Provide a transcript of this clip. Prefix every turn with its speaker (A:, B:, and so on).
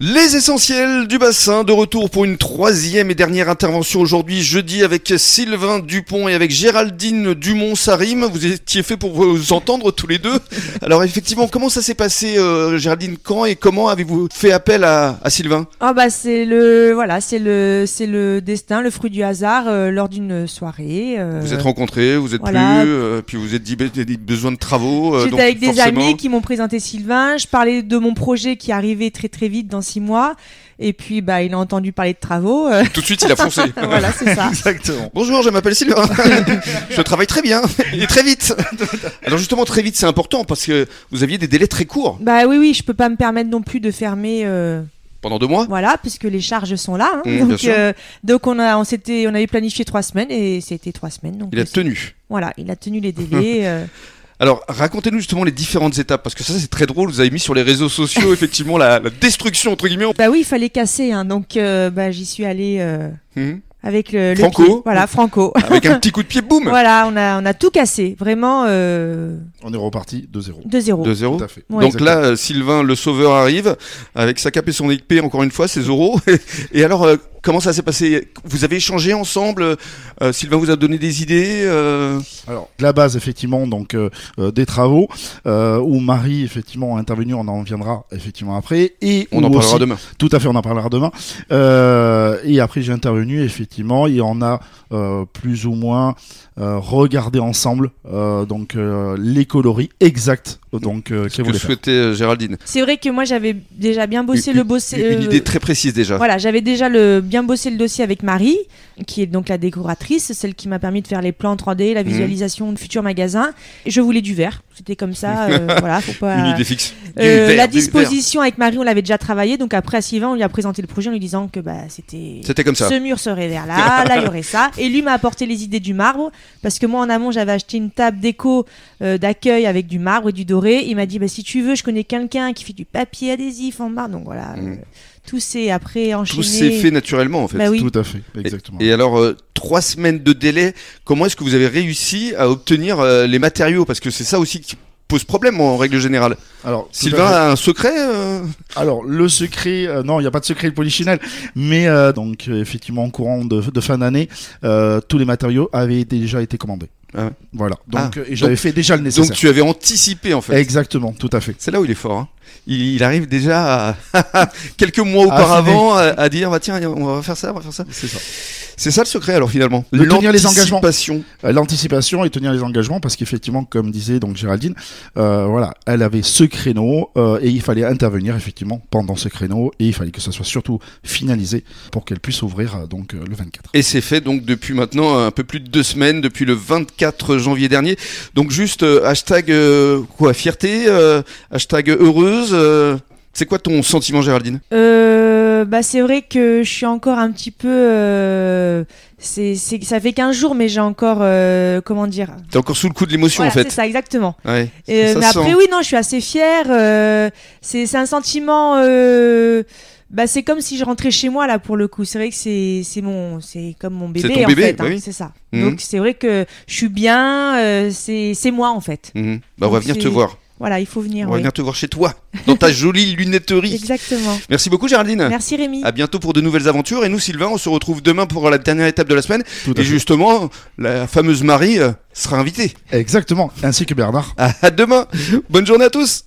A: Les essentiels du bassin de retour pour une troisième et dernière intervention aujourd'hui jeudi avec Sylvain Dupont et avec Géraldine Dumont Sarim. Vous étiez fait pour vous entendre tous les deux. Alors effectivement, comment ça s'est passé, euh, Géraldine, quand et comment avez-vous fait appel à, à Sylvain
B: Ah bah c'est le voilà, c'est le c'est le destin, le fruit du hasard euh, lors d'une soirée. euh,
A: Vous êtes rencontrés, vous êtes
B: voilà.
A: plus, euh, puis vous êtes dit, be- dit besoin de travaux. euh, donc
B: J'étais avec des
A: forcément-
B: amis qui m'ont présenté Sylvain. Je parlais de mon projet qui arrivait très très vite dans six mois. Et puis bah il a entendu parler de travaux. euh,
A: Tout de suite, il a foncé.
B: voilà c'est ça.
A: Exactement. Bonjour, je m'appelle Sylvain. je travaille très bien et très vite. Alors justement, très vite, c'est important parce que vous aviez des délais très courts
B: Bah oui oui, je peux pas me permettre non plus de fermer. euh,
A: pendant deux mois.
B: Voilà, puisque les charges sont là. hein.
A: Mm, bien
B: donc,
A: sûr.
B: euh, donc on a, on s'était, on avait planifié trois semaines et c'était trois semaines. Donc
A: Il a
B: euh,
A: tenu.
B: Voilà, il a tenu les délais. euh,
A: Alors, racontez-nous justement les différentes étapes, parce que ça, c'est très drôle. Vous avez mis sur les réseaux sociaux, effectivement, la, la destruction, entre guillemets.
B: bah oui, il fallait casser. Hein, donc euh, bah j'y suis allée euh,
C: Mhm.
A: Hmm.
B: avec le, le
A: Franco. Ah,
B: pied. Voilà, Franco.
A: Avec un petit coup de pied, boum
B: voilà, on a, on a tout cassé. Vraiment euh,
C: On est reparti de zéro.
B: 2-0.
A: 2-0.
C: Tout à fait.
B: Ouais.
A: Donc là, euh, Sylvain, le sauveur, arrive avec sa cape et son épée, encore une fois, ses euros. Et alors, euh, comment ça s'est passé Vous avez échangé ensemble Euh, Sylvain vous a donné des idées euh,
C: Alors, de la base, effectivement, donc euh, euh, des travaux euh, où Marie, effectivement, a intervenu. On en reviendra, effectivement, après. Et
A: On en
C: où
A: parlera
C: aussi-
A: demain.
C: Tout à fait, on en parlera demain. Euh, et après, j'ai intervenu, effectivement, et on a euh, plus ou moins euh, regardé ensemble euh, donc euh, les coloris exacts. Donc, euh, qu'elle
A: Que
C: voulait faire.
A: souhaitait euh, Géraldine
B: C'est vrai que moi j'avais déjà bien bossé
A: Une-
B: le bossé.
A: Une
B: euh,
A: idée très hein. précise déjà.
B: Voilà, j'avais déjà le, bien bossé le dossier avec Marie, qui est donc la décoratrice, celle qui m'a permis de faire les plans en 3D,
A: Mmh.
B: la visualisation de futurs magasins. Et Je voulais du vert, c'était comme ça, euh, voilà, faut pas.
A: Une idée fixe. Du vert,
B: Euh, la
A: du vert.
B: disposition avec Marie, on l'avait déjà travaillé, donc après à Sylvain, on lui a présenté le projet en lui disant que bah, c'était.
A: C'était comme ça.
B: Ce mur serait vers là, là il y aurait ça. Et lui m'a apporté les idées du marbre, parce que moi en amont j'avais acheté une table déco euh, d'accueil avec du marbre et du doré. Il m'a dit bah, si tu veux, je connais quelqu'un qui fait du papier adhésif en marbre. Donc voilà,
A: Mm.
B: euh, tout s'est après enchaîné.
A: Tout s'est fait naturellement, en fait.
B: Bah oui.
C: Tout à fait, exactement.
A: Et alors, euh, trois semaines de délai, comment est-ce que vous avez réussi à obtenir euh, les matériaux Parce que c'est ça aussi qui pose problème en règle générale.
C: Alors, tout à
A: Sylvain
C: fait.
A: a un secret euh
C: Alors le secret, euh, non, il n'y a pas de secret de Polichinelle, mais euh, donc euh, effectivement en courant de, de fin d'année, euh, tous les matériaux avaient été- déjà été commandés.
A: Ah ouais.
C: Voilà. Donc
A: Ah.
C: euh, et j'avais fait déjà le
A: Donc
C: nécessaire.
A: tu avais anticipé en fait.
C: Exactement, tout à fait.
A: C'est là où il est fort. hein. Il, il arrive déjà à- quelques mois
C: Ah,
A: auparavant à, à dire bah, tiens on va faire ça, on va faire ça.
C: C'est ça.
A: C'est ça le secret alors finalement.
C: De tenir les engagements.
A: L'anticipation.
C: Euh, L'anticipation et tenir les engagements parce qu'effectivement, comme disait donc Géraldine, euh, voilà, elle avait ce créneau euh, et il fallait intervenir effectivement pendant ce créneau et il fallait que ça soit surtout finalisé pour qu'elle puisse ouvrir euh, donc euh, le 24.
A: Et c'est fait donc depuis maintenant un peu plus de deux semaines, depuis le 24 janvier dernier. Donc juste euh, hashtag euh, quoi fierté, euh, hashtag heureuse. euh, c'est quoi ton sentiment Géraldine
B: Euh, bah c'est vrai que je suis encore un petit peu. Euh, c'est, c'est, ça fait 15 jours, mais j'ai encore. euh, comment dire
A: T'es encore sous le coup de l'émotion
B: Voilà,
A: en fait.
B: C'est ça, exactement.
A: Ouais.
B: Euh,
A: Ça
B: mais
A: sent.
B: après, oui, non, je suis assez fière. euh, c'est, c'est un sentiment. Euh, bah, c'est comme si je rentrais chez moi là pour le coup. C'est vrai que c'est, c'est mon, c'est comme mon bébé
A: ton
B: en
A: bébé,
B: fait.
A: bah
B: hein,
A: oui.
B: C'est ça.
A: Mhm.
B: Donc c'est vrai que je suis bien. euh, c'est, c'est moi en fait.
A: Mhm. Bah, on va
B: Donc,
A: venir te
B: c'est-
A: voir.
B: Voilà, il faut
A: On
B: venir.
A: va
B: oui.
A: venir te voir chez toi, dans ta jolie lunetterie.
B: Exactement.
A: Merci beaucoup Géraldine.
B: Merci Rémi.
A: À bientôt pour de nouvelles aventures. Et nous, Sylvain, on se retrouve demain pour la dernière étape de la semaine.
C: Tout à
A: Et
C: fait.
A: justement, la fameuse Marie euh, sera invitée.
C: Exactement, ainsi que Bernard.
A: À à demain. Bonne journée à tous.